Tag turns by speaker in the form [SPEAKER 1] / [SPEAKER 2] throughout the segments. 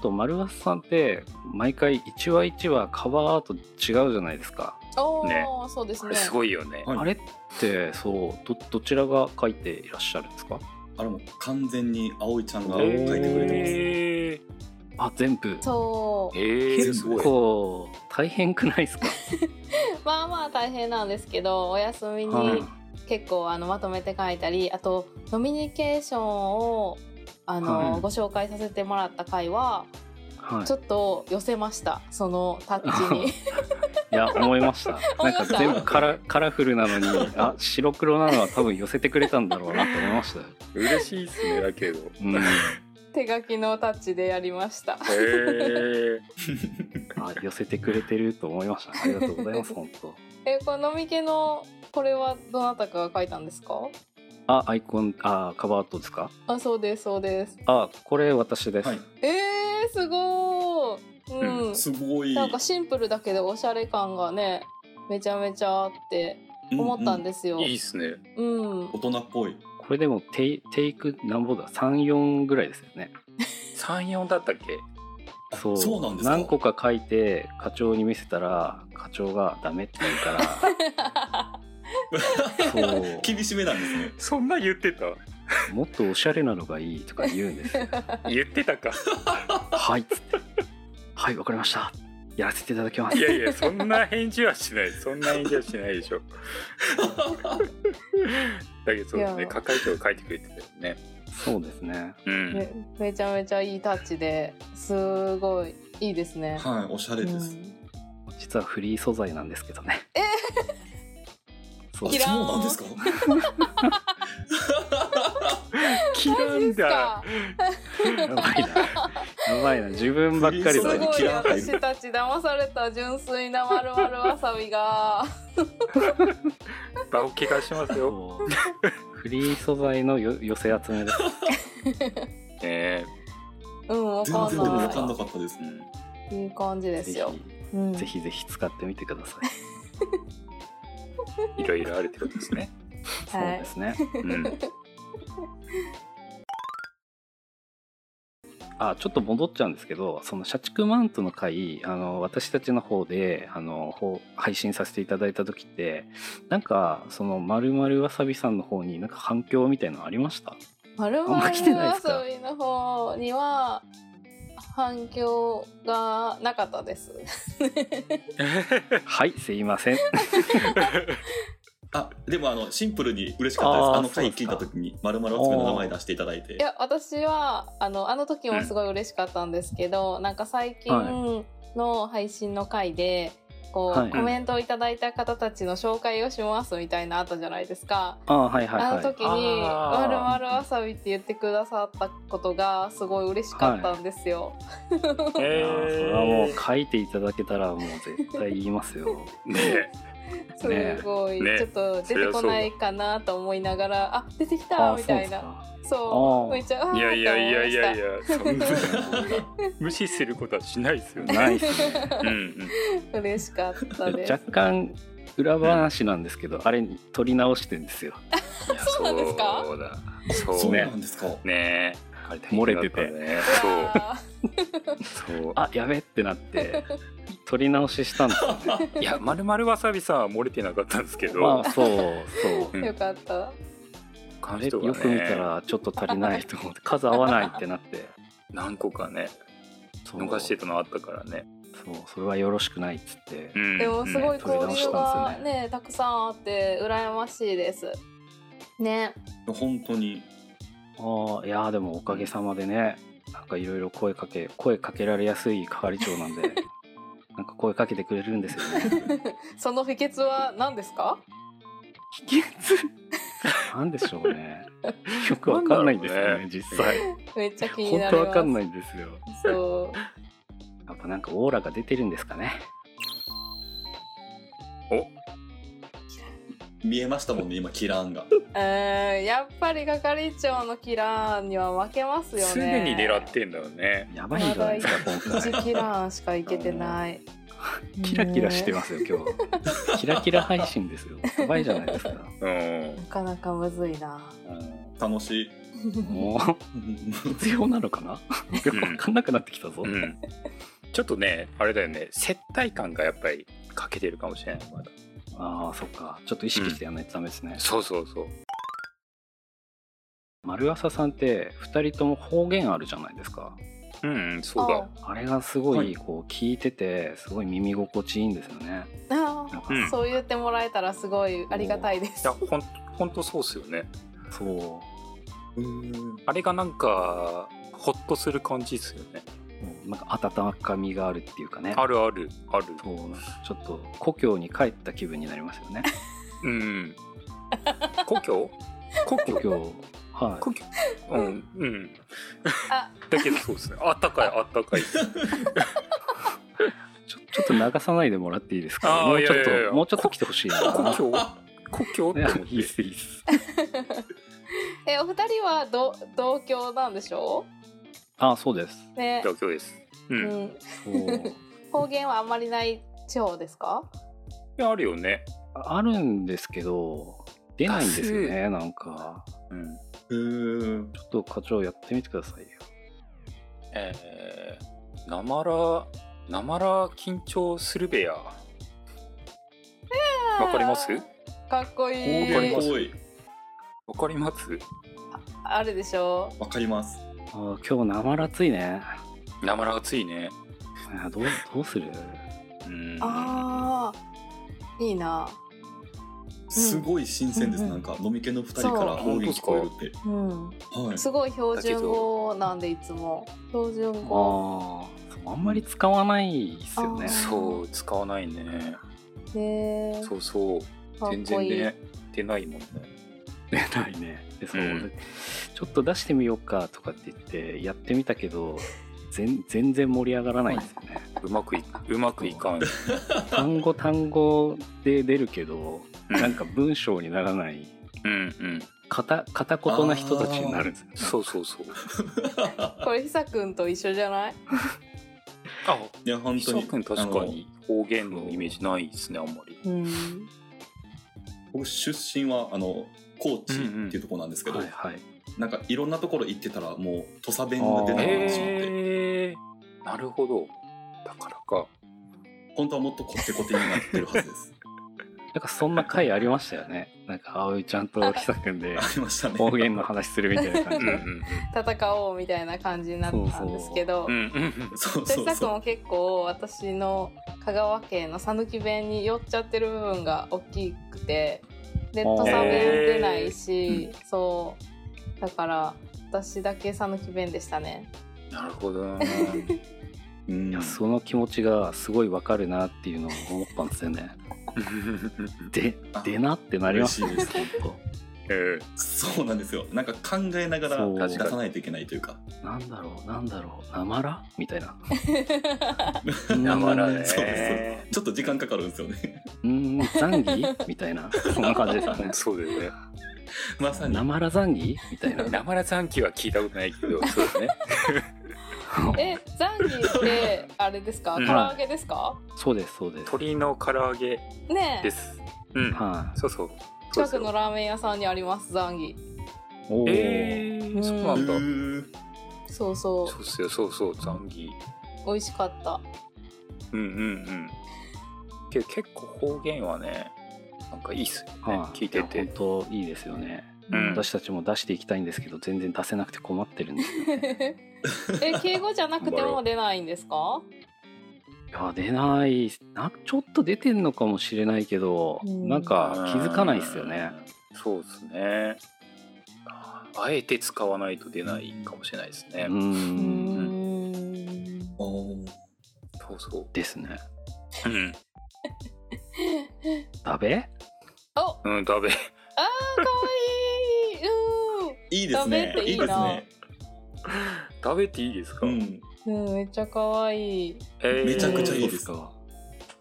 [SPEAKER 1] と丸ワさんって毎回一話一話カバーと違うじゃないですか、
[SPEAKER 2] おー、
[SPEAKER 1] ね
[SPEAKER 2] そうです
[SPEAKER 3] こ
[SPEAKER 2] ね
[SPEAKER 3] れすごいよね。
[SPEAKER 1] あれってそうどどちらが書いていらっしゃるんですか
[SPEAKER 4] あれも完全に葵ちゃんが
[SPEAKER 1] あ
[SPEAKER 4] 書いてくれて
[SPEAKER 3] え
[SPEAKER 1] あ全部
[SPEAKER 2] そう
[SPEAKER 3] えー、す
[SPEAKER 1] 結
[SPEAKER 3] ごい。
[SPEAKER 1] 構大変くないです か、
[SPEAKER 2] まあまあ大変なんですけどお休みに結構あのまとめて書いたりあとノミニケーションをあの、
[SPEAKER 1] はい
[SPEAKER 2] ご紹介させてもらった回は
[SPEAKER 1] はい
[SPEAKER 2] ちょっと寄せましたそのタッチに
[SPEAKER 1] いや思いました
[SPEAKER 2] 思
[SPEAKER 1] ないん
[SPEAKER 2] ま
[SPEAKER 1] か
[SPEAKER 2] した
[SPEAKER 1] 全部カラカラフルなのにあ白黒なのは多分寄せてくれたんだろうなと思いましたよ、
[SPEAKER 3] 嬉しいですね、だけど。
[SPEAKER 1] うん、
[SPEAKER 2] 手書きのタッチでやりました
[SPEAKER 3] へえ
[SPEAKER 4] る。
[SPEAKER 1] あ寄せてくれてると思いましたありがとうございます本当
[SPEAKER 2] えこのみけのこれはどなたかが書いたんですか
[SPEAKER 1] あアイコンあカバーアートですか
[SPEAKER 2] あそうですそうです
[SPEAKER 1] あこれ私です、
[SPEAKER 4] はい、
[SPEAKER 2] えー、すごーうん、
[SPEAKER 4] すごい。
[SPEAKER 2] なんかシンプルだけどおしゃれ感がねめちゃめちゃあって思ったんですよ、
[SPEAKER 3] いいっすね。
[SPEAKER 2] うん
[SPEAKER 4] うんうん大人っぽい。
[SPEAKER 1] これでもテイテイクなんぼだ34ぐらいですよ ね
[SPEAKER 3] 三四だったっけ？
[SPEAKER 1] そう
[SPEAKER 4] そうなんですか
[SPEAKER 1] 何個か書いて課長に見せたら課長がダメって言う からそう
[SPEAKER 4] 厳しめなんですね。
[SPEAKER 3] そんな言ってた？
[SPEAKER 1] もっとおしゃれなのがいいとか言うん ですよ
[SPEAKER 3] 言ってたか。
[SPEAKER 1] はいっつってはいわかりましたやらせていただきます
[SPEAKER 3] いやいや、そんな返事はしない。そんな返事はしないでしょ。だけどそうです
[SPEAKER 2] い
[SPEAKER 3] ね、
[SPEAKER 2] や
[SPEAKER 3] 係長が書いてくれてたよね。
[SPEAKER 1] そうですね
[SPEAKER 3] うん。
[SPEAKER 2] めめちゃめちゃいいタッチですごいいいですね、
[SPEAKER 4] はい、おしゃれ
[SPEAKER 2] う
[SPEAKER 4] です。
[SPEAKER 2] ん
[SPEAKER 1] 実はフリー素材なんですけ どねそう
[SPEAKER 4] あ
[SPEAKER 2] キラーン
[SPEAKER 4] そうなんですか。
[SPEAKER 3] キラんだ。
[SPEAKER 1] やばいなやばいな自分ばっかり
[SPEAKER 2] す
[SPEAKER 1] だ
[SPEAKER 2] ご
[SPEAKER 4] フリー素材に
[SPEAKER 1] ね
[SPEAKER 4] キ
[SPEAKER 2] い
[SPEAKER 4] ラーン入る
[SPEAKER 2] 私たち騙された純粋なまるまるわさびが
[SPEAKER 3] 場を怪我しま すよ。
[SPEAKER 1] そうフリー素材のよ寄せ集めです
[SPEAKER 3] え
[SPEAKER 2] うんわ
[SPEAKER 4] 全然
[SPEAKER 2] か
[SPEAKER 4] で
[SPEAKER 2] ん
[SPEAKER 4] も分
[SPEAKER 2] な
[SPEAKER 4] かんなかったです。
[SPEAKER 2] いいい感じですよ、うん、
[SPEAKER 1] ぜひぜひぜひ使ってみてください
[SPEAKER 3] いろいろあるってことですね。
[SPEAKER 1] そう
[SPEAKER 2] はい
[SPEAKER 1] ですね
[SPEAKER 3] うん。
[SPEAKER 1] あちょっと戻っちゃうんですけどその社畜マウントの回あの私たちの方であのほう配信させていただいた時ってなんかそのまるまるわさびさんの方になんか反響みたいなのありました
[SPEAKER 2] まる
[SPEAKER 1] あん
[SPEAKER 2] ま
[SPEAKER 1] ま
[SPEAKER 2] る
[SPEAKER 1] 来てないですか
[SPEAKER 2] 遊びの方には反響がなかったです。
[SPEAKER 1] はいすいません
[SPEAKER 4] あ、でもあのシンプルに嬉しかったです。
[SPEAKER 1] あー
[SPEAKER 4] あ
[SPEAKER 1] そ
[SPEAKER 4] の
[SPEAKER 1] うで
[SPEAKER 4] 回
[SPEAKER 1] すか
[SPEAKER 4] 聞いた時にまるまる集めの名前出していただいて。
[SPEAKER 2] いや私はあのあの時もすごい嬉しかったんですけど、なんか最近
[SPEAKER 1] は
[SPEAKER 2] の配信の回で。こう
[SPEAKER 1] はい
[SPEAKER 2] コメントをいただいた方たちの紹介をしますみたいなあったじゃないですか、
[SPEAKER 1] あはいはい
[SPEAKER 2] あの
[SPEAKER 1] はい
[SPEAKER 2] 時に「
[SPEAKER 3] あー
[SPEAKER 2] まるまるわさび」って言ってくださったことがすごい嬉しかったんですよ、
[SPEAKER 3] え
[SPEAKER 1] いやーそれはも
[SPEAKER 3] え
[SPEAKER 1] う書いていただけたらもう絶対言いますよ
[SPEAKER 3] ね
[SPEAKER 2] すごい、
[SPEAKER 3] ね
[SPEAKER 2] ちょっと出てこないかなと思いながら「 あ出てきた」
[SPEAKER 1] あ
[SPEAKER 2] み
[SPEAKER 1] そう
[SPEAKER 2] た
[SPEAKER 1] で
[SPEAKER 2] い
[SPEAKER 1] す
[SPEAKER 2] な
[SPEAKER 1] かあ
[SPEAKER 2] そう
[SPEAKER 1] ー
[SPEAKER 2] めっちゃあー
[SPEAKER 3] いやいやいやいやい
[SPEAKER 2] って
[SPEAKER 3] や、そんな無視することはしないですよね。
[SPEAKER 1] ないっす ね
[SPEAKER 3] うんうん。
[SPEAKER 2] 思いました嬉し かったです
[SPEAKER 1] 若干裏話なんですけど、あれ取り直してんです よ
[SPEAKER 3] いや
[SPEAKER 2] そうなんですか
[SPEAKER 3] そうだ。そ
[SPEAKER 4] そうう
[SPEAKER 3] ね
[SPEAKER 4] なんですか。
[SPEAKER 3] ねえ。
[SPEAKER 1] 漏れてて
[SPEAKER 3] ね。
[SPEAKER 2] うわ
[SPEAKER 3] そうそう。あ
[SPEAKER 1] あやべってなって取り直ししたんですよね
[SPEAKER 3] いやまるまるわさびさんは漏れてなかったんですけど。
[SPEAKER 1] まあそうそう
[SPEAKER 3] う
[SPEAKER 2] ー
[SPEAKER 3] ん
[SPEAKER 2] よかった
[SPEAKER 1] あ
[SPEAKER 3] 他の
[SPEAKER 1] れ
[SPEAKER 3] 人がね
[SPEAKER 1] よく見たらちょっと足りないと思って数合わないってなって
[SPEAKER 3] 何個かね
[SPEAKER 1] そう
[SPEAKER 3] 逃してたのあったからね。
[SPEAKER 1] そうそれはよろしくないっつって、
[SPEAKER 3] うん
[SPEAKER 2] でもす
[SPEAKER 3] うん
[SPEAKER 2] ごい
[SPEAKER 1] 取り
[SPEAKER 2] 交
[SPEAKER 1] 直したん
[SPEAKER 2] 流が
[SPEAKER 1] ですよ
[SPEAKER 2] ねたくさんあって羨ましいですね
[SPEAKER 4] 本当に。
[SPEAKER 1] ああいやーでもおかげさまでねなんかいろいろ声かけ声かけられやすい係長なん でなんか声かけてくれるんですよね
[SPEAKER 2] その秘訣は何ですか
[SPEAKER 1] 秘訣なんでしょう ねよくわかんないんですよね
[SPEAKER 3] なんだろうね
[SPEAKER 1] 実際
[SPEAKER 2] めっちゃ気に
[SPEAKER 1] 本
[SPEAKER 2] なり
[SPEAKER 1] 当
[SPEAKER 2] ます
[SPEAKER 1] わかんないんですよ
[SPEAKER 2] そう
[SPEAKER 1] やっぱなんかオーラが出てるんですかね
[SPEAKER 3] お
[SPEAKER 4] 見えましたもんね今キラーンが。
[SPEAKER 2] うーんやっぱり係長のキラーには負けますよね
[SPEAKER 3] 常に狙ってんだよね。
[SPEAKER 1] やばいんじゃないですか今回
[SPEAKER 2] 1キラーしかいけてない。
[SPEAKER 1] キラキラしてますよ今日キラキラ配信ですよやばいじゃないですか
[SPEAKER 3] うん。
[SPEAKER 2] なかなかむずいな。
[SPEAKER 3] うん
[SPEAKER 4] 楽しい。
[SPEAKER 1] もう必要なのかなよく分かんなくなってきたぞ、
[SPEAKER 3] うん、ちょっとねあれだよね接待感がやっぱり欠けてるかもしれないまだ
[SPEAKER 1] ああそっかちょっと意識してやらないとダメですね、
[SPEAKER 3] そうそうそう
[SPEAKER 1] 丸浅さんって2人とも方言あるじゃないですか
[SPEAKER 3] うんうんそうだ
[SPEAKER 1] あれがすご
[SPEAKER 3] はいい
[SPEAKER 1] こう聞いててすごい耳心地いいんですよね
[SPEAKER 2] あ
[SPEAKER 1] なんか
[SPEAKER 3] うん
[SPEAKER 2] そう言ってもらえたらすごいありがたいで
[SPEAKER 3] い
[SPEAKER 2] す
[SPEAKER 3] や。ほんほんとそうっすよね
[SPEAKER 1] そう
[SPEAKER 4] うん
[SPEAKER 3] あれがなんかホッとする感じっすよね
[SPEAKER 1] なんか温かみがあるっていうかね
[SPEAKER 3] あるあるある
[SPEAKER 1] そうなんかちょっと故郷に帰った気分になりますよね
[SPEAKER 3] うん故郷故
[SPEAKER 1] 故
[SPEAKER 3] 郷
[SPEAKER 1] 郷はい
[SPEAKER 3] 故郷うんうん
[SPEAKER 2] あ
[SPEAKER 3] だけどそうっすねあったかいあった かい
[SPEAKER 1] ちょちょっと流さないでもらっていいですか
[SPEAKER 3] あー
[SPEAKER 1] もうちょっ
[SPEAKER 3] いやいやいや
[SPEAKER 1] ともうちょっと来てほしいな
[SPEAKER 3] 故
[SPEAKER 1] い
[SPEAKER 3] 郷故郷って
[SPEAKER 1] や
[SPEAKER 3] 思っ
[SPEAKER 1] いいってすいいっす
[SPEAKER 2] えお二人はど同郷なんでしょ
[SPEAKER 1] あーそうです
[SPEAKER 2] う？ね。
[SPEAKER 3] 故郷ですう
[SPEAKER 2] うんん。
[SPEAKER 1] そう
[SPEAKER 2] 方言はあんまりない地方ですか？
[SPEAKER 3] いやあるよね
[SPEAKER 1] あるんですけど出ないんですよねなんか、うん、
[SPEAKER 4] うん
[SPEAKER 1] ちょっと課長やってみてくださいよ
[SPEAKER 3] えー、なまら、なまら緊張するべや。わわかります
[SPEAKER 2] かっこい
[SPEAKER 4] 方
[SPEAKER 2] い
[SPEAKER 4] 言っ。ぽい
[SPEAKER 3] かります
[SPEAKER 2] あるでしょ
[SPEAKER 4] わかります
[SPEAKER 1] あー今日生らついね
[SPEAKER 3] なまら暑いね。
[SPEAKER 1] あーどうどうする
[SPEAKER 3] うん
[SPEAKER 2] う。。ああいいな。
[SPEAKER 4] すごい新鮮です、
[SPEAKER 2] うん
[SPEAKER 4] なんか飲み気の二人から
[SPEAKER 3] そう
[SPEAKER 4] 方言聞こえるって
[SPEAKER 2] うん。
[SPEAKER 4] はい
[SPEAKER 2] すごい標準語なんでいつも標準
[SPEAKER 1] あ
[SPEAKER 2] 語
[SPEAKER 1] ーあんまり使わないですよね
[SPEAKER 2] あー
[SPEAKER 3] そう、使わないね。
[SPEAKER 2] ねえ
[SPEAKER 3] そうそう。
[SPEAKER 2] かっ
[SPEAKER 3] 全
[SPEAKER 2] こ
[SPEAKER 3] 然
[SPEAKER 2] いい。
[SPEAKER 3] ね、出ないもんね。
[SPEAKER 1] 出ないねでそう、
[SPEAKER 3] うん
[SPEAKER 1] ちょっと出してみようかとかって言ってやってみたけど全全然盛り上がらないんですよね
[SPEAKER 3] うまくい、うまくいかん。
[SPEAKER 1] 単語単語で出るけど
[SPEAKER 3] うん
[SPEAKER 1] なんか文章にならない
[SPEAKER 3] うんうん。
[SPEAKER 1] 片片言な人たちになるんですよね
[SPEAKER 3] そうそうそう。
[SPEAKER 2] これひさくんと一緒じゃない？
[SPEAKER 3] あ、
[SPEAKER 4] いや本
[SPEAKER 3] ひ
[SPEAKER 4] 当
[SPEAKER 3] さ
[SPEAKER 4] に
[SPEAKER 3] くん確かに方言のイメージないですね、あんまり。
[SPEAKER 2] うん。
[SPEAKER 4] あの僕出身はあの高知っていうところなんですけど、
[SPEAKER 1] はいはい
[SPEAKER 4] なんかいろんなところ行ってたらもう土佐弁が出なくなってしまって
[SPEAKER 3] えー、なるほど。だからか。
[SPEAKER 4] 本当はもっとこってこてになってるはずです
[SPEAKER 1] なんかそんな回ありましたよね。なんか葵ちゃんと久くん で
[SPEAKER 4] ありましたね
[SPEAKER 1] 方言の話するみたいな感
[SPEAKER 3] う
[SPEAKER 1] じ
[SPEAKER 3] んう
[SPEAKER 1] で。
[SPEAKER 3] ん
[SPEAKER 2] 戦おうみたいな感じになったんですけど
[SPEAKER 3] うん。う。んう ん。
[SPEAKER 4] そう
[SPEAKER 2] でひ
[SPEAKER 4] そう
[SPEAKER 2] さくん
[SPEAKER 4] そう
[SPEAKER 2] も結構私の香川県の讃岐弁に寄っちゃってる部分が大きくてで
[SPEAKER 1] あー
[SPEAKER 2] 土佐弁出ないし、そうだから私だけ讃岐弁でしたね
[SPEAKER 3] なるほどな。
[SPEAKER 4] うん
[SPEAKER 1] いやその気持ちがすごいわかるなっていうのを思ったんですよね。で
[SPEAKER 4] あ、
[SPEAKER 1] でなってなりますね
[SPEAKER 4] 嬉しい。
[SPEAKER 1] 本
[SPEAKER 3] え
[SPEAKER 4] そうなんですよなんか考えながら
[SPEAKER 1] そう
[SPEAKER 4] 出さないといけないというか
[SPEAKER 1] 当。なんだろう、なんだろう、なまらみたいな。
[SPEAKER 3] え なまら
[SPEAKER 1] うーん
[SPEAKER 3] ね。
[SPEAKER 4] そうでちょっと時間かかるんですよね
[SPEAKER 1] うーん、残 儀みたいな。そんな感じですよね。
[SPEAKER 3] そうだよ
[SPEAKER 4] まさに
[SPEAKER 1] なまら残儀みたいな
[SPEAKER 3] ね。。なまら残機は聞いたことないけど、 そうだね。
[SPEAKER 2] えザンギってあれですか
[SPEAKER 3] うん
[SPEAKER 2] 唐揚げですか
[SPEAKER 1] そうです、そうです。
[SPEAKER 3] 鶏の唐揚げ
[SPEAKER 2] ね
[SPEAKER 3] で
[SPEAKER 2] え
[SPEAKER 3] す。うん。
[SPEAKER 1] はい。
[SPEAKER 3] そうそう。そ
[SPEAKER 2] 近
[SPEAKER 3] うです
[SPEAKER 2] く
[SPEAKER 3] よ
[SPEAKER 2] のラーメン屋さんにありますザンギ
[SPEAKER 1] おお。
[SPEAKER 3] えー、そう
[SPEAKER 4] う
[SPEAKER 3] なんだ。
[SPEAKER 4] ー
[SPEAKER 2] そうそ
[SPEAKER 3] そうっすよ、そうそう、残機。
[SPEAKER 2] う美味しかった
[SPEAKER 3] うんうんうん。けど結構方言はね、なんかいいっすよね。
[SPEAKER 1] はい
[SPEAKER 3] 聞いて
[SPEAKER 1] や
[SPEAKER 3] て。
[SPEAKER 1] 本当いいですよね。
[SPEAKER 3] うん
[SPEAKER 1] 私たちも出していきたいんですけど、全然出せなくて困ってるんですよね。
[SPEAKER 2] え敬語じゃなくても出ないんですか
[SPEAKER 1] いや出ないなちょっと出てんのかもしれないけど、
[SPEAKER 2] うん
[SPEAKER 1] なんか気づかないっすよね。
[SPEAKER 3] そうですね。あえて使わないと出ないかもしれないですね。
[SPEAKER 1] う
[SPEAKER 2] うんん
[SPEAKER 4] おー
[SPEAKER 3] そうそ
[SPEAKER 1] ですね
[SPEAKER 3] う。うん。
[SPEAKER 1] 食べ
[SPEAKER 2] お
[SPEAKER 3] うん、食べ。
[SPEAKER 2] あーかわ いいう
[SPEAKER 4] いいですね
[SPEAKER 2] 食べてい
[SPEAKER 4] い
[SPEAKER 2] い
[SPEAKER 4] い
[SPEAKER 2] な
[SPEAKER 4] ですね
[SPEAKER 3] 食べていいですか、
[SPEAKER 4] うん
[SPEAKER 2] んうんめっちゃかわいい
[SPEAKER 3] えー
[SPEAKER 4] めちゃくちゃいいです
[SPEAKER 1] そうか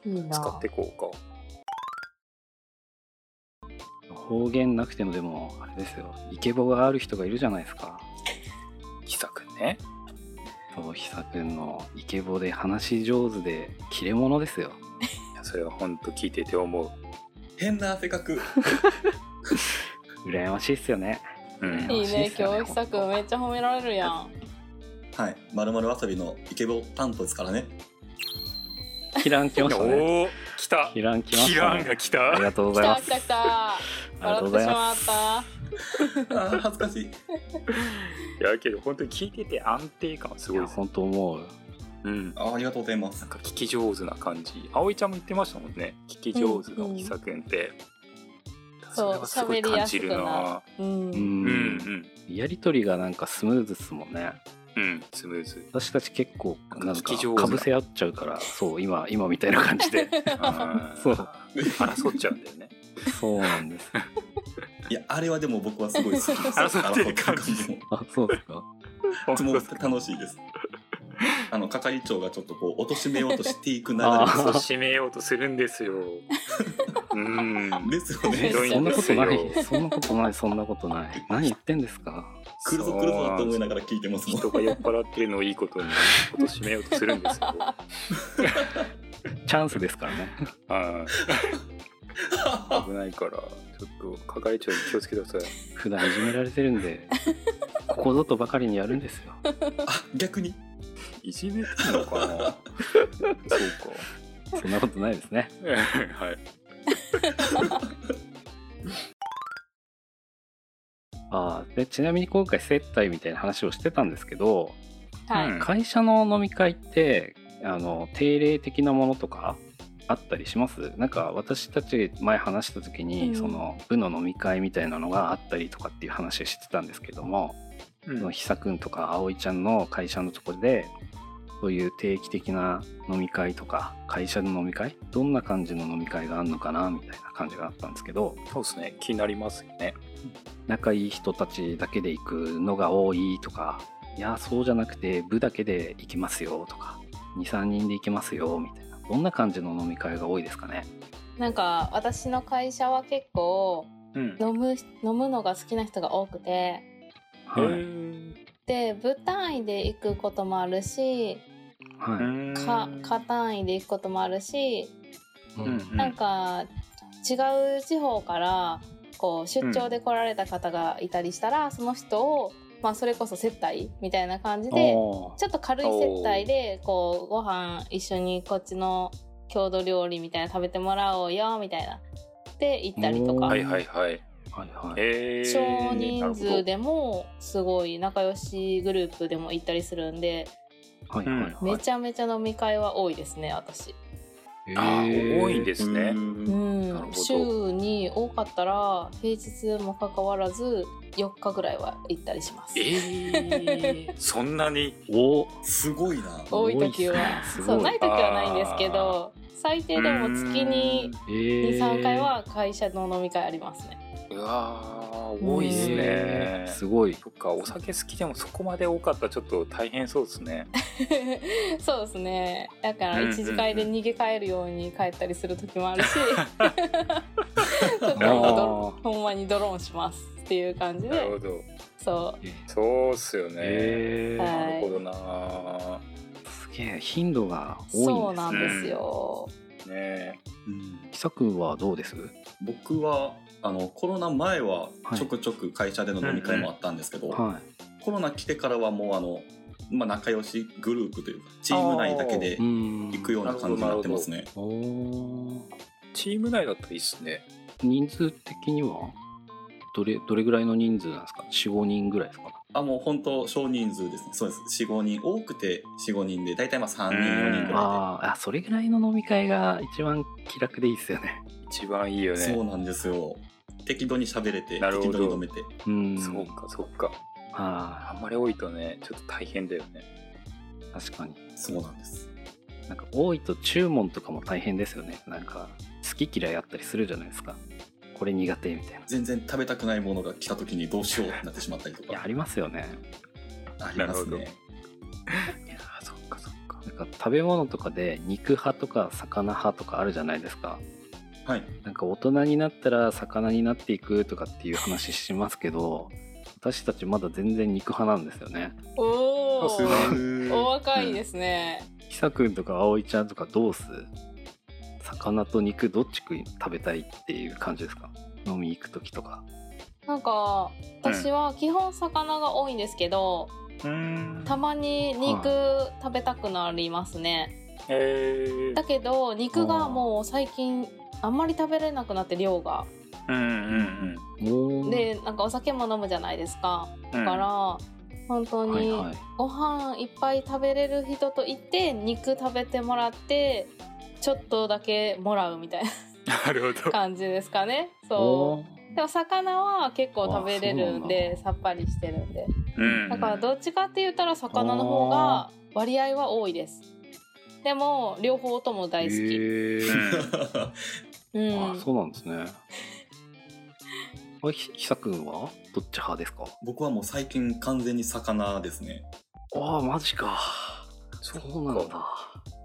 [SPEAKER 2] いいな
[SPEAKER 3] 使ってこうか。
[SPEAKER 1] 方言なくてもでもあれですよイケボがある人がいるじゃないですか
[SPEAKER 3] ひさくんね。
[SPEAKER 1] そうひさくんのイケボで話し上手で切れ者ですよ
[SPEAKER 3] いやそれは本当聞いてて思う。
[SPEAKER 4] 変な汗かく
[SPEAKER 1] 羨ましいっすよね
[SPEAKER 3] うん
[SPEAKER 2] いいね、
[SPEAKER 1] 教
[SPEAKER 2] 今日久くんめっちゃ褒められるやん。
[SPEAKER 4] はい。まるまるわさびのイケボ担当ですから ね。
[SPEAKER 1] キラン来ましたね。
[SPEAKER 3] おお来た
[SPEAKER 1] キラン来ま
[SPEAKER 3] キ
[SPEAKER 1] した、
[SPEAKER 3] ラン
[SPEAKER 1] ね。
[SPEAKER 3] が来
[SPEAKER 1] あり
[SPEAKER 3] た
[SPEAKER 1] がとうござ
[SPEAKER 2] 来
[SPEAKER 1] いま
[SPEAKER 2] た
[SPEAKER 1] す。
[SPEAKER 2] 来た来た。
[SPEAKER 1] ありがと
[SPEAKER 2] 笑
[SPEAKER 1] う
[SPEAKER 2] っ
[SPEAKER 1] ご
[SPEAKER 2] て
[SPEAKER 1] ざい
[SPEAKER 2] しま
[SPEAKER 1] ま
[SPEAKER 2] っ
[SPEAKER 1] す。
[SPEAKER 2] た。
[SPEAKER 4] ああ、恥ずかしい。
[SPEAKER 3] いやけど本当に聞いてて安定感す
[SPEAKER 1] い
[SPEAKER 3] ごい
[SPEAKER 1] や
[SPEAKER 3] ですね
[SPEAKER 1] 本当思う。
[SPEAKER 3] うん
[SPEAKER 4] あーありがとうございま
[SPEAKER 3] な
[SPEAKER 4] す
[SPEAKER 3] ん。か聞き上手な感じ葵ちゃんも言ってましたもんね聞き上手の久くんって、
[SPEAKER 2] そう
[SPEAKER 3] れはすごい感じる
[SPEAKER 2] 喋りやすくな
[SPEAKER 3] な
[SPEAKER 2] う。
[SPEAKER 1] うん。
[SPEAKER 3] うんんうん
[SPEAKER 1] やりとりがなんかスムーズですもんね。
[SPEAKER 3] うんスムーズ
[SPEAKER 1] 私たち結構なん
[SPEAKER 3] 聞
[SPEAKER 1] か
[SPEAKER 3] き上手
[SPEAKER 1] かぶせ合っちゃうから、そう今今みたいな感じで。
[SPEAKER 3] あー
[SPEAKER 1] そう
[SPEAKER 3] 争っちゃうんだよね
[SPEAKER 1] そうなんです。
[SPEAKER 4] いや、あれはでも僕はすごい好きです。
[SPEAKER 3] 争ってる感じ
[SPEAKER 4] 争ってる
[SPEAKER 1] あそうですか。
[SPEAKER 4] 感じも。いつも楽しいです。あの、係長がちょっとこう、貶としめようとしていく流れです
[SPEAKER 1] あ
[SPEAKER 3] そう締めようとするんですよ。うん。
[SPEAKER 4] ですよね
[SPEAKER 2] ひ。どい
[SPEAKER 1] そんなことない
[SPEAKER 3] です。よ
[SPEAKER 1] そんなことない。そんなことない。何言ってんですか。
[SPEAKER 4] 来るぞ来るぞと思いながら聞いてますもん
[SPEAKER 3] 人。が酔っ払ってるのをいいことにこと締めようとするんですよ。
[SPEAKER 1] チャンスですからね。
[SPEAKER 3] はい危ないからちょっと係長に気をつけてください。
[SPEAKER 1] 普段いじめられてるん で、ここぞとばかりにやるんですよ。
[SPEAKER 4] あ、逆に。
[SPEAKER 3] いじめてるのかな。そう
[SPEAKER 1] そんなことないですね。
[SPEAKER 3] か。はい。
[SPEAKER 1] あーでちなみに今回接待みたいな話をしてたんですけど、
[SPEAKER 2] は
[SPEAKER 3] う
[SPEAKER 2] い。
[SPEAKER 3] ん
[SPEAKER 1] 会社の飲み会ってあの定例的なものとかあったりしますなんか私たち前話した時に、
[SPEAKER 2] うん
[SPEAKER 1] その部の飲み会みたいなのがあったりとかっていう話をしてたんですけども、
[SPEAKER 3] うん
[SPEAKER 1] その久くんとか葵ちゃんの会社のとこでそういう定期的な飲み会とか会社の飲み会どんな感じの飲み会があるのかなみたいな感じがあったんですけど
[SPEAKER 3] そうですね。気になりますよね。
[SPEAKER 1] 仲いい人たちだけで行くのが多いとかいやそうじゃなくて部だけで行きますよとか23人で行きますよみたいなどんな感じの飲み会が多いですかね
[SPEAKER 2] なんか私の会社は結構
[SPEAKER 3] うん。
[SPEAKER 2] 飲む飲むのが好きな人が多くて、
[SPEAKER 1] はい、
[SPEAKER 2] で部単位で行くこともあるし、
[SPEAKER 1] はい、
[SPEAKER 2] か課単位で行くこともあるし、
[SPEAKER 1] う
[SPEAKER 3] うんん。
[SPEAKER 2] なんか違う地方からこう出張で来られた方がいたりしたら、その人をまあそれこそ接待みたいな感じで。
[SPEAKER 1] お
[SPEAKER 2] ちょっと軽い接待でこうご飯一緒にこっちの郷土料理みたいなの食べてもらおうよみたいなで行ったりと
[SPEAKER 1] おー
[SPEAKER 2] か
[SPEAKER 3] はいはいはい。
[SPEAKER 1] ーはいはい
[SPEAKER 3] えー
[SPEAKER 2] 少人数。
[SPEAKER 3] なる
[SPEAKER 2] でもすごい仲良しグループでも行ったりするんで
[SPEAKER 1] はい
[SPEAKER 3] うん
[SPEAKER 1] はいは
[SPEAKER 2] め
[SPEAKER 1] い
[SPEAKER 2] ちゃめちゃ飲み会は多いですね私。
[SPEAKER 1] え
[SPEAKER 3] ほどあー多いんですすね。
[SPEAKER 2] う
[SPEAKER 3] なるほ
[SPEAKER 2] ん、
[SPEAKER 3] ど
[SPEAKER 2] 週に多かったら平日もかかわらず4日ぐらいは行ったりします。
[SPEAKER 3] え ー、そんなに
[SPEAKER 1] お
[SPEAKER 4] すごいな。
[SPEAKER 2] 多い時は
[SPEAKER 1] 多いっすねすごい
[SPEAKER 2] そうない時はないんですけど最低でも月に
[SPEAKER 1] えー、
[SPEAKER 2] 23回は会社の飲み会あります ね。
[SPEAKER 3] うわー多いですね、
[SPEAKER 1] えーすごい
[SPEAKER 3] そっかお酒好きでもそこまで多かったらちょっと大変そうですね
[SPEAKER 2] そうですねだから
[SPEAKER 3] うんうんうん
[SPEAKER 2] 一次会で逃げ帰るように帰ったりする時もあ るし
[SPEAKER 1] あ
[SPEAKER 2] ちょっと今ド
[SPEAKER 1] ー
[SPEAKER 2] ほんまにドローンしますっていう感じ
[SPEAKER 3] なる
[SPEAKER 2] で
[SPEAKER 3] ほど
[SPEAKER 2] そ
[SPEAKER 3] そうっすよね、
[SPEAKER 1] えー
[SPEAKER 2] は
[SPEAKER 3] ないるほどな
[SPEAKER 1] すげえ頻度が
[SPEAKER 2] う
[SPEAKER 1] 多いんですね
[SPEAKER 2] そうなんですよ。
[SPEAKER 3] ね
[SPEAKER 4] うん
[SPEAKER 1] 久くんはどうです
[SPEAKER 4] 僕はあのコロナ前は
[SPEAKER 1] はい
[SPEAKER 4] ちょくちょく会社での飲み会もあったんですけど、
[SPEAKER 1] は
[SPEAKER 4] コロナ来てからはもうあの、まあ、仲良しグループというかチーム内だけで
[SPEAKER 1] いうん
[SPEAKER 4] 行くような感じになってますね。
[SPEAKER 1] おー
[SPEAKER 3] チーム内だったらいいっすね
[SPEAKER 1] 人数的にはどれどれぐらいの人数なんですか45人ぐらいですか
[SPEAKER 4] あもう本当少人数ですねそうです45人多くて45人で大体まあ3人
[SPEAKER 3] うん
[SPEAKER 4] 4人ぐら
[SPEAKER 1] あーあそれぐらいの飲み会が一番気楽でいいですよね
[SPEAKER 3] 一番いいよ
[SPEAKER 4] いで、そう
[SPEAKER 3] ね
[SPEAKER 4] なんですよ適度に喋れて
[SPEAKER 3] なるほど
[SPEAKER 4] 適度に飲めて
[SPEAKER 1] うん
[SPEAKER 3] そうかそうかあ
[SPEAKER 1] あ
[SPEAKER 3] んまり多いとねちょっと大変だよね
[SPEAKER 1] ー確かに
[SPEAKER 4] そうなんです
[SPEAKER 1] なんか多いと注文とかも大変ですよねなんか好き嫌いあったりするじゃないですかこれ苦手みたいな
[SPEAKER 4] 全然食べたくないものが来た時にどうしようってなってしまったりと
[SPEAKER 1] いや
[SPEAKER 4] か
[SPEAKER 1] ありますよね
[SPEAKER 4] あります
[SPEAKER 3] なる
[SPEAKER 4] ね
[SPEAKER 3] いやーそっかそっか
[SPEAKER 1] なんか食べ物とかで肉派とか魚派とかあるじゃないですか
[SPEAKER 4] はい
[SPEAKER 1] なんか大人になったら魚になっていくとかっていう話しますけど私たちまだ全然肉派なんですよね
[SPEAKER 2] お
[SPEAKER 3] そうっ
[SPEAKER 2] ーお
[SPEAKER 4] う
[SPEAKER 2] 若いですね。
[SPEAKER 1] ひさくんとかあおいちゃんとかどうす魚と肉どっち食い食べたいっていう感じですか飲み行く時とか
[SPEAKER 2] なんか
[SPEAKER 1] うん
[SPEAKER 2] 私は基本魚が多いんですけど、
[SPEAKER 3] うん
[SPEAKER 2] たまに肉食べたくなりますね、
[SPEAKER 3] えー
[SPEAKER 2] だけど肉がもう最近あんまり食べれなくなって量が
[SPEAKER 3] うんうん
[SPEAKER 1] おー
[SPEAKER 2] でなんかお酒も飲むじゃないですか
[SPEAKER 3] うん
[SPEAKER 2] だから、本当
[SPEAKER 1] はい
[SPEAKER 2] に
[SPEAKER 1] はい
[SPEAKER 2] ご飯いっぱい食べれる人といて肉食べてもらってちょっとだけもらうみたい
[SPEAKER 3] なるほ
[SPEAKER 2] な
[SPEAKER 3] ど
[SPEAKER 2] 感じですかねそう
[SPEAKER 1] おー
[SPEAKER 2] でも魚は結構食べれるん
[SPEAKER 1] あ
[SPEAKER 2] でさっぱりしてるんで
[SPEAKER 3] うん
[SPEAKER 2] だからどっちかって言ったら魚の方が割合は多いですでも両方とも大好き、
[SPEAKER 1] へー
[SPEAKER 2] うん
[SPEAKER 1] あそうなんですね。あれひひさくんはどっち派ですか
[SPEAKER 4] 僕はもう最近完全に魚ですね
[SPEAKER 1] ああマジか。
[SPEAKER 3] そ
[SPEAKER 1] そう
[SPEAKER 3] か
[SPEAKER 1] うなんだ。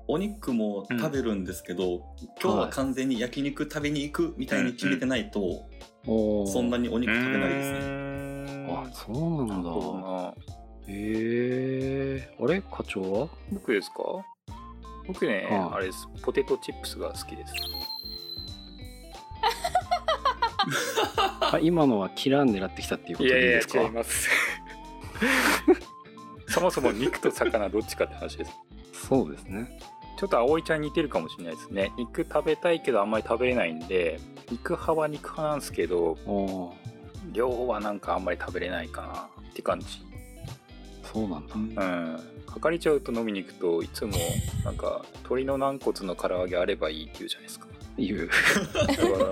[SPEAKER 4] お肉も食べるんですけど、今日は完全に焼肉食べに行くみたいに決めてないと、
[SPEAKER 1] おー
[SPEAKER 4] そんなにお肉食べないですね
[SPEAKER 3] ね
[SPEAKER 1] あそうな
[SPEAKER 3] なんる
[SPEAKER 1] だ。
[SPEAKER 3] ほどな
[SPEAKER 1] へえあれ課長は
[SPEAKER 3] 僕ですか僕ね、
[SPEAKER 1] はい
[SPEAKER 3] あれですポテトチップスが好きです
[SPEAKER 1] あ今のはキラン狙ってきたっていうこ
[SPEAKER 3] い
[SPEAKER 1] と
[SPEAKER 3] や
[SPEAKER 1] でいい
[SPEAKER 3] い
[SPEAKER 1] で
[SPEAKER 3] や
[SPEAKER 1] すか
[SPEAKER 3] 違います そもそも肉と魚 どっちかって話です
[SPEAKER 1] そうですね。
[SPEAKER 3] ちょっと葵ちゃんに似てるかもしれないですね肉食べたいけどあんまり食べれないんで肉派は肉派なんですけど
[SPEAKER 1] おー
[SPEAKER 3] 両方はなんかあんまり食べれないかなって感じ
[SPEAKER 1] そうなんだ。
[SPEAKER 3] うん係長と飲みに行くといつもなんか鶏の軟骨の唐揚げあればいいって言うじゃないですか
[SPEAKER 1] いう。
[SPEAKER 3] だか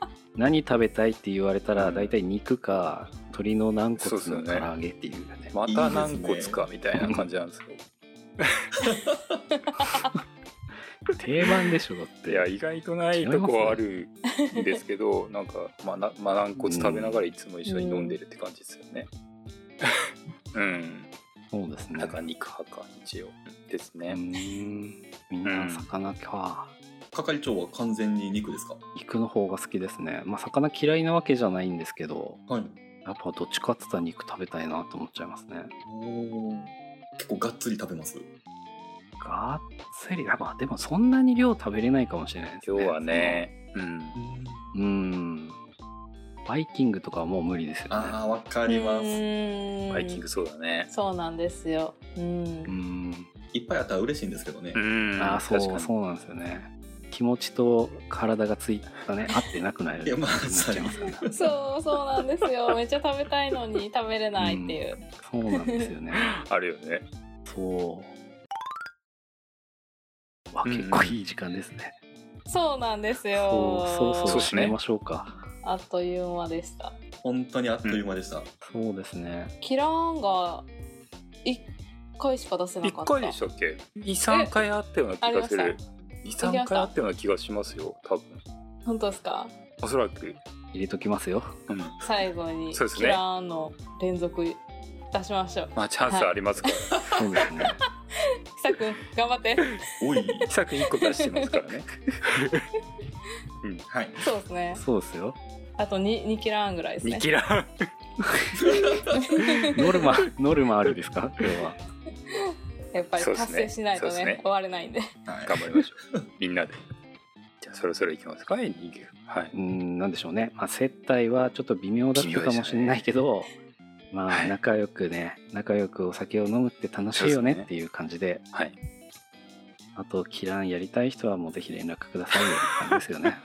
[SPEAKER 3] ら
[SPEAKER 1] 何食べたいって言われたら
[SPEAKER 3] うん
[SPEAKER 1] 大体肉か鶏の軟
[SPEAKER 3] そ
[SPEAKER 1] 骨
[SPEAKER 3] うっすよ
[SPEAKER 1] の
[SPEAKER 3] ね
[SPEAKER 1] 唐揚げっていうね。
[SPEAKER 3] また軟骨かみたいな感じなんですよ
[SPEAKER 1] 定番でしょだって。
[SPEAKER 3] いや意外とないとこはあるんですけ どなんか、まあ、なまあ軟骨食べながらいつも一緒に飲んでるって感じですよねうん、
[SPEAKER 1] そうですね。
[SPEAKER 3] だから肉派か一応です
[SPEAKER 1] うー
[SPEAKER 3] ね
[SPEAKER 1] んみんな魚か、
[SPEAKER 4] 係長は完全に肉ですか
[SPEAKER 1] 肉の方が好きですねまあ魚嫌いなわけじゃないんですけど
[SPEAKER 4] はい
[SPEAKER 1] やっぱどっちかって言ったら肉食べたいなと思っちゃいますね
[SPEAKER 4] 結構がっつり食べます
[SPEAKER 1] がっつりまあでもそんなに量食べれないかもしれないです
[SPEAKER 3] 今
[SPEAKER 1] ね
[SPEAKER 3] 日はねうん
[SPEAKER 1] うーんバイキングとかはもう無理ですよね
[SPEAKER 4] ああわかります、
[SPEAKER 2] うん
[SPEAKER 3] バイキングそうだね
[SPEAKER 2] そうなんですよ、うん
[SPEAKER 1] うーん
[SPEAKER 4] いっぱいあったら嬉しいんですけどね、
[SPEAKER 3] うん
[SPEAKER 1] ああそ
[SPEAKER 3] 確か
[SPEAKER 1] う
[SPEAKER 3] に
[SPEAKER 1] そうなんですよね気持ちと体がついた ね合ってなくなる
[SPEAKER 4] いやまあ
[SPEAKER 1] なっちゃいますよね
[SPEAKER 2] そうそうなんです よめっちゃ食べたいのに食べれないっていう、
[SPEAKER 1] そうなんですよね
[SPEAKER 3] あるよね
[SPEAKER 1] そうわ
[SPEAKER 3] うん
[SPEAKER 1] 結構いい時間ですね、
[SPEAKER 2] そうなんですよ
[SPEAKER 1] そうそう
[SPEAKER 3] そ
[SPEAKER 1] そうう
[SPEAKER 3] です
[SPEAKER 1] 締
[SPEAKER 3] ね
[SPEAKER 1] めましょうか
[SPEAKER 2] あっという間でした
[SPEAKER 4] 本当にあっという間でした、
[SPEAKER 1] そうですね
[SPEAKER 2] キラーンが一回しか出せなか
[SPEAKER 3] 1
[SPEAKER 2] った
[SPEAKER 3] 回でしたっけ23回あったような気がす
[SPEAKER 2] あり
[SPEAKER 3] る
[SPEAKER 2] まありま
[SPEAKER 3] 23
[SPEAKER 2] した
[SPEAKER 3] 回あったような気がしますよ多分
[SPEAKER 2] 本当ですか
[SPEAKER 3] おそらく、
[SPEAKER 1] 入れときますよ
[SPEAKER 3] うん、
[SPEAKER 2] 最後に
[SPEAKER 3] そうです
[SPEAKER 2] キ
[SPEAKER 3] ね
[SPEAKER 2] ラーンの連続出しましょう
[SPEAKER 3] まあチャンスありますから、
[SPEAKER 1] そうですね
[SPEAKER 2] ひさくん頑張 って
[SPEAKER 4] おい
[SPEAKER 3] 秘策1個出してますからね
[SPEAKER 4] はい
[SPEAKER 2] そうですね
[SPEAKER 1] そうですよ
[SPEAKER 2] あと 2, 2キラーンぐらいです
[SPEAKER 3] 2
[SPEAKER 2] ね
[SPEAKER 3] キラー
[SPEAKER 1] ノルマノルマあるですか今日は
[SPEAKER 2] やっぱり
[SPEAKER 3] そうです
[SPEAKER 2] 達
[SPEAKER 3] ね
[SPEAKER 2] 成しないと
[SPEAKER 3] そうで
[SPEAKER 2] ね
[SPEAKER 3] すね
[SPEAKER 2] 終われないんで
[SPEAKER 4] はい
[SPEAKER 3] 頑張りましょうみんなでじゃあそろそろ行きますかエンディングはいう
[SPEAKER 1] ーんなんでしょうね、まあ、接待はちょっと微妙だったかもしれないけど、ま
[SPEAKER 3] は
[SPEAKER 1] あ
[SPEAKER 3] い
[SPEAKER 1] 仲良くね仲良くお酒を飲むって楽しいよね
[SPEAKER 3] そうですね
[SPEAKER 1] っていう感じで
[SPEAKER 3] はい
[SPEAKER 1] あとキランやりたい人はもうぜひ連絡くださいよって感じですよね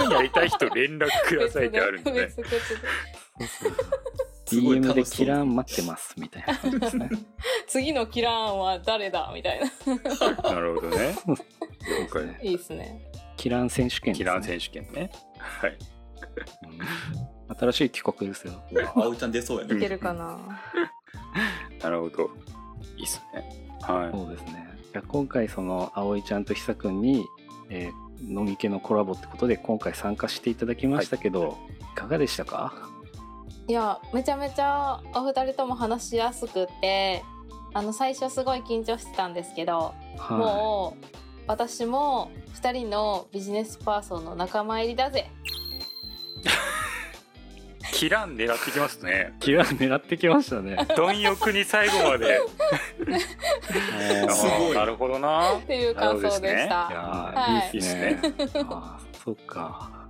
[SPEAKER 3] 嫌いやりたい人連絡くださいってあるんでね
[SPEAKER 2] 別々別々
[SPEAKER 4] すごい
[SPEAKER 1] DM で
[SPEAKER 4] 楽しそ
[SPEAKER 1] キ
[SPEAKER 4] うで
[SPEAKER 1] ラ
[SPEAKER 4] す
[SPEAKER 1] ン待ってますみたいな感じですね
[SPEAKER 2] 次のキラーンは誰だみたいな
[SPEAKER 3] なるほどね
[SPEAKER 1] そ
[SPEAKER 3] 了
[SPEAKER 1] う
[SPEAKER 3] 解
[SPEAKER 1] ですね
[SPEAKER 2] いいですね
[SPEAKER 1] キラン選手権です
[SPEAKER 3] キ
[SPEAKER 1] ね
[SPEAKER 3] ラー選手権ねはい
[SPEAKER 1] うん新しい企画ですよ
[SPEAKER 4] うわ葵ちゃん出そうや
[SPEAKER 3] う
[SPEAKER 2] い
[SPEAKER 4] ね
[SPEAKER 3] ん
[SPEAKER 2] けるかな
[SPEAKER 3] なるほどいいっすねは
[SPEAKER 1] そうですね。じゃあ今回その葵ちゃんとひさくんに、えー飲み系のコラボってことで今回参加していただきましたけど、い、かがでしたか？
[SPEAKER 2] いやめちゃめちゃお二人とも話しやすくってあの最初すごい緊張してたんですけど、
[SPEAKER 1] は
[SPEAKER 2] もう私も二人のビジネスパーソンの仲間入りだぜ
[SPEAKER 3] いキラー狙ってきますね
[SPEAKER 1] い。キラ狙ってきました ね。
[SPEAKER 3] 貪欲に最後 まで
[SPEAKER 1] あー
[SPEAKER 4] すごい
[SPEAKER 3] なるほどな
[SPEAKER 2] っていう感想でし
[SPEAKER 3] なるほどですね
[SPEAKER 1] い
[SPEAKER 2] た。
[SPEAKER 1] やー、
[SPEAKER 2] はい
[SPEAKER 1] いいですね。あーそっか。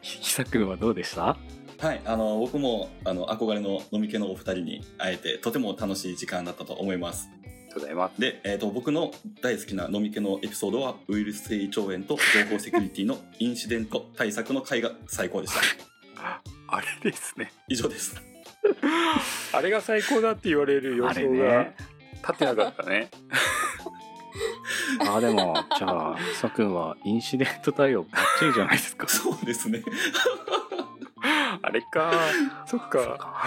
[SPEAKER 3] ひ
[SPEAKER 1] さくんはどうでした
[SPEAKER 4] はい、あの僕もあの憧れの飲み系のお二人に会えてとても楽しい時間だったと思います。
[SPEAKER 3] ただいま。
[SPEAKER 4] で、えー、と僕の大好きな飲み系のエピソードはウイルス性胃腸炎と情報セキュリティのインシデント対策の会が最高でした。
[SPEAKER 1] あれですね。
[SPEAKER 4] 以上です。
[SPEAKER 3] あれが最高だって言われる予
[SPEAKER 1] あれ
[SPEAKER 3] 想が
[SPEAKER 1] ね。
[SPEAKER 3] 立てなかったね。
[SPEAKER 1] あ、でも、じゃあ、さくんはインシデント対応バッチリじ ゃないですか。
[SPEAKER 4] そうですね。
[SPEAKER 3] あれか。そっ
[SPEAKER 1] そっ
[SPEAKER 3] か。
[SPEAKER 1] か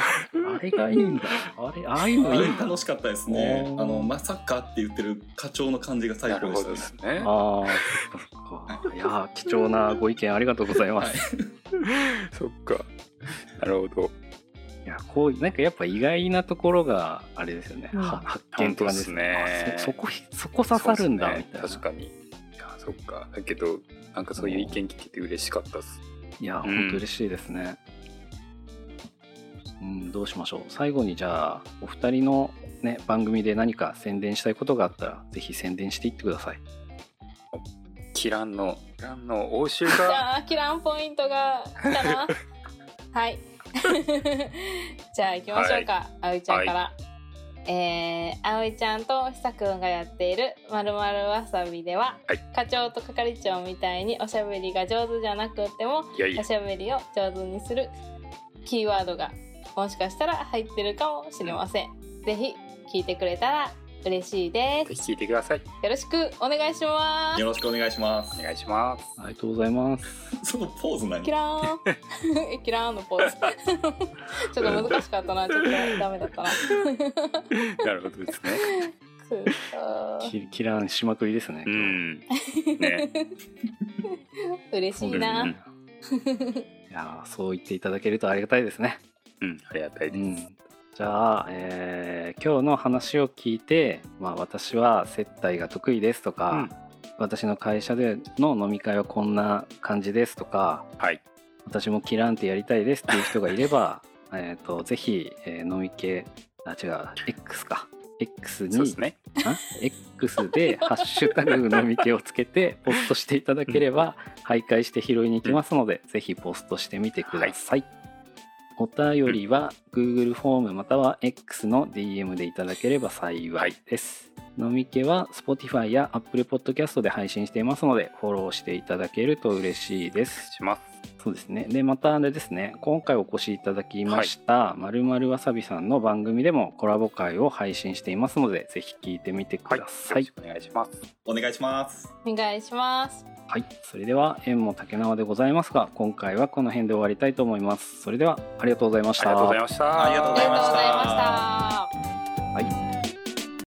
[SPEAKER 1] あれがいいんだ。あれ、ああいうのいい んだ。
[SPEAKER 4] 楽しかったですね。
[SPEAKER 1] おー
[SPEAKER 4] あのまさかって言ってる課長の感じが最
[SPEAKER 3] な
[SPEAKER 4] 高
[SPEAKER 3] る
[SPEAKER 4] で
[SPEAKER 3] ほ
[SPEAKER 4] した
[SPEAKER 3] どで
[SPEAKER 4] ね。
[SPEAKER 3] すね。
[SPEAKER 1] ああ、そっかそっか。いやー、貴重なご意見ありがとうございます。
[SPEAKER 3] そっか。なるほど。
[SPEAKER 1] いやこうなんかやっぱ意外なところがあれですよね、
[SPEAKER 2] うん
[SPEAKER 1] は発見って感じです
[SPEAKER 3] 本当っすね
[SPEAKER 1] あそそこそこ刺さるんだ
[SPEAKER 3] そうっ
[SPEAKER 1] み
[SPEAKER 3] すね
[SPEAKER 1] たいな、
[SPEAKER 3] 確かに。いや、そっか。だけど、なんかそういう意見聞けて嬉しかったっす。
[SPEAKER 1] いや
[SPEAKER 3] うん
[SPEAKER 1] 本当嬉しいですねうん、どうしましょう最後にじゃあお二人の、ね、番組で何か宣伝したいことがあったらぜひ宣伝していってください
[SPEAKER 3] キランの、キランの応酬
[SPEAKER 2] じ
[SPEAKER 3] が。
[SPEAKER 2] ゃあキランポイントが来た なはい じゃあ行きましょうか、あおいちゃんから、えー、あおいちゃんとひさくんがやっている「まるまるわさび」では、
[SPEAKER 3] はい
[SPEAKER 2] 課長と係長みたいにおしゃべりが上手じゃなくても
[SPEAKER 3] いやいや
[SPEAKER 2] お。しゃべりを上手にするキーワードがもしかしたら入ってるかもしれませんぜひ聞いてくれたら嬉しいで
[SPEAKER 3] ぜ
[SPEAKER 2] す
[SPEAKER 3] ひ聞いてください。
[SPEAKER 2] よろしくお願いします
[SPEAKER 4] よろしくお願いします
[SPEAKER 3] お。願いします。
[SPEAKER 1] ありがとうございます
[SPEAKER 4] そのポーズ何
[SPEAKER 2] キラーン キラーンのポーズ ちょっと難しかったなちょっとダメだったな
[SPEAKER 3] なるほどですね。
[SPEAKER 2] そうか
[SPEAKER 1] きキランしまくりですね、
[SPEAKER 3] う
[SPEAKER 1] 今日
[SPEAKER 3] ん。ね。
[SPEAKER 2] 嬉しいな、
[SPEAKER 3] うん
[SPEAKER 1] いやーそう言っていただけるとありがたいですね
[SPEAKER 3] うん。ありがたいで
[SPEAKER 1] う
[SPEAKER 3] す。
[SPEAKER 1] ん、じゃあ、えー今日の話を聞いて、まあ、私は接待が得意ですとか、
[SPEAKER 3] うん
[SPEAKER 1] 私の会社での飲み会はこんな感じですとか
[SPEAKER 3] はい。
[SPEAKER 1] 私もキランってやりたいですっていう人がいればえーとぜひ、えー飲み系あ違う X か X
[SPEAKER 3] そうで
[SPEAKER 1] に
[SPEAKER 3] すね。
[SPEAKER 1] あ X で「ハッシュタグ飲み系」をつけてポストしていただければ徘徊して拾いに行きますので、ぜひポストしてみてください、お便りは Google フォームまたは X の DM でいただければ幸いです、飲み系は Spotify や Apple Podcast で配信していますのでフォローしていただけると嬉しいです
[SPEAKER 3] します。
[SPEAKER 1] そうですね。で、またあれですね、今回お越しいただきました、まるまるわさびさんの番組でもコラボ会を配信していますので、ぜひ聞いてみてく
[SPEAKER 3] はい。よ
[SPEAKER 1] ださ
[SPEAKER 3] ろ
[SPEAKER 1] い。
[SPEAKER 3] しくお願いします。
[SPEAKER 4] お願いします。
[SPEAKER 2] お願いします
[SPEAKER 1] はい。それでは、縁も竹縄でございますが、今回はこの辺で終わりたいと思います。それでは、ありがとうございまし
[SPEAKER 3] あり
[SPEAKER 1] た。
[SPEAKER 3] がとうございました。
[SPEAKER 4] ありがとう
[SPEAKER 2] あ
[SPEAKER 4] ご
[SPEAKER 2] り
[SPEAKER 4] ざい
[SPEAKER 2] が
[SPEAKER 4] ま
[SPEAKER 2] とうございま
[SPEAKER 4] し
[SPEAKER 2] したた
[SPEAKER 1] はい。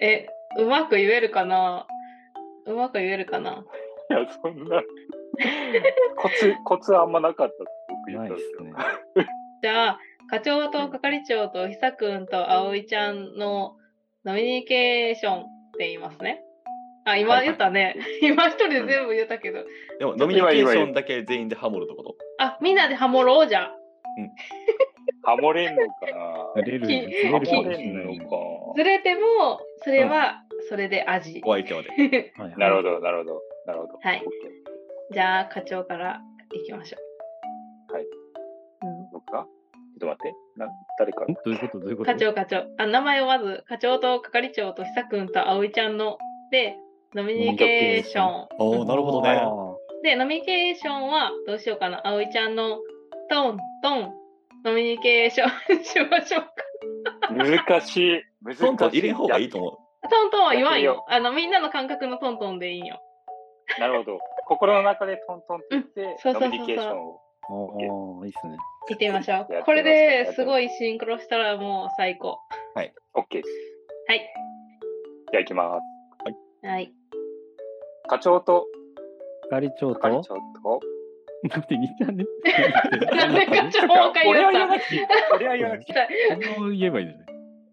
[SPEAKER 2] えうまく言えるかなうまく言えるかない
[SPEAKER 3] や、そんな。コツ、コツあんまなかった。僕言っ
[SPEAKER 1] ない
[SPEAKER 3] たん
[SPEAKER 1] で
[SPEAKER 3] です
[SPEAKER 1] す
[SPEAKER 3] よ。
[SPEAKER 1] ね。
[SPEAKER 2] じゃあ課長と係長とひさくんとあおいちゃんのノミニケーションって言いますねあ今言ったね、 今一人で全部言ったけど
[SPEAKER 4] でも飲みニケーションだけ全員でハモるってこと
[SPEAKER 2] あみんなでハモろうじゃあ
[SPEAKER 3] ハモれんのかな。
[SPEAKER 1] れる、
[SPEAKER 2] き
[SPEAKER 1] ずれ
[SPEAKER 3] ハ
[SPEAKER 1] るか
[SPEAKER 3] モ
[SPEAKER 1] もし
[SPEAKER 3] れ
[SPEAKER 1] れない
[SPEAKER 3] ん
[SPEAKER 1] ね。
[SPEAKER 3] の
[SPEAKER 2] ずれてもそれはそれで味、
[SPEAKER 4] お相手はで。
[SPEAKER 1] はいは
[SPEAKER 3] か。
[SPEAKER 1] い
[SPEAKER 3] なるほど、なるほど、なるほど。
[SPEAKER 2] はい
[SPEAKER 3] オッケ ー。
[SPEAKER 2] じゃあ課長からいきましょう
[SPEAKER 3] はい、
[SPEAKER 2] うん
[SPEAKER 3] 僕が。ちょっと待って。な、誰から
[SPEAKER 1] ん。どういうことどういうこと
[SPEAKER 2] 課長課長あ名前をまず課長と係長とひさくんとあおいちゃんのでノミニケーション
[SPEAKER 4] おお、なるほどね。
[SPEAKER 2] で、ノミニケーションはどうしようかな。葵ちゃんのトントン、ノミニケーション しましょうか。
[SPEAKER 3] 難しい。難しい。
[SPEAKER 4] トントン入れん方がいいと思う。
[SPEAKER 2] トントンは言わん
[SPEAKER 3] いい
[SPEAKER 2] よ
[SPEAKER 3] よ。
[SPEAKER 2] あの、みんなの感覚のトントンでいいんよ。
[SPEAKER 3] なるほど。心の中でトントンって言って、
[SPEAKER 2] うんそうそうそうそう
[SPEAKER 3] ノミニケーションを。
[SPEAKER 1] おーいいですね。
[SPEAKER 2] 行ってみましょ
[SPEAKER 3] やってみましょ
[SPEAKER 2] う。
[SPEAKER 3] う
[SPEAKER 2] これですごいシンクロしたらもう最高。
[SPEAKER 3] オッケー。じ
[SPEAKER 2] はい。
[SPEAKER 3] ゃあ行きます。
[SPEAKER 2] はい。
[SPEAKER 3] 課長と
[SPEAKER 1] 係長
[SPEAKER 3] 係長
[SPEAKER 1] と、
[SPEAKER 3] と。
[SPEAKER 1] なんて似たね。
[SPEAKER 2] なんで課長もう一回
[SPEAKER 3] 俺は
[SPEAKER 2] 言
[SPEAKER 3] 言わ
[SPEAKER 2] っ
[SPEAKER 3] な くていい。俺は言わなくていい。
[SPEAKER 2] た。
[SPEAKER 1] こう言えばいいんだね。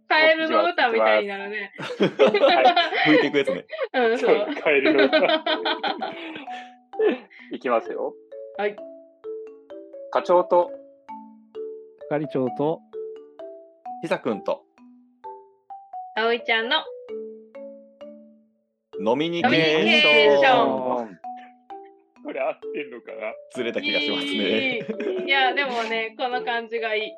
[SPEAKER 2] カエルの歌みたいになるね。
[SPEAKER 4] 拭いていくやつね。
[SPEAKER 2] うん、 そ
[SPEAKER 3] そうう。、カエルの 歌。いきますよ。
[SPEAKER 2] はい。
[SPEAKER 3] 課長と
[SPEAKER 1] 係長と、
[SPEAKER 4] ひさくんと
[SPEAKER 2] 葵ちゃんの
[SPEAKER 4] 飲みニケ
[SPEAKER 2] 飲みニ
[SPEAKER 4] ーシ
[SPEAKER 2] ケーション
[SPEAKER 4] ョン。
[SPEAKER 3] これ合ってんのかな
[SPEAKER 5] ずれた気がします
[SPEAKER 2] いい
[SPEAKER 5] ね。
[SPEAKER 2] いいいやでもねこの感じがいい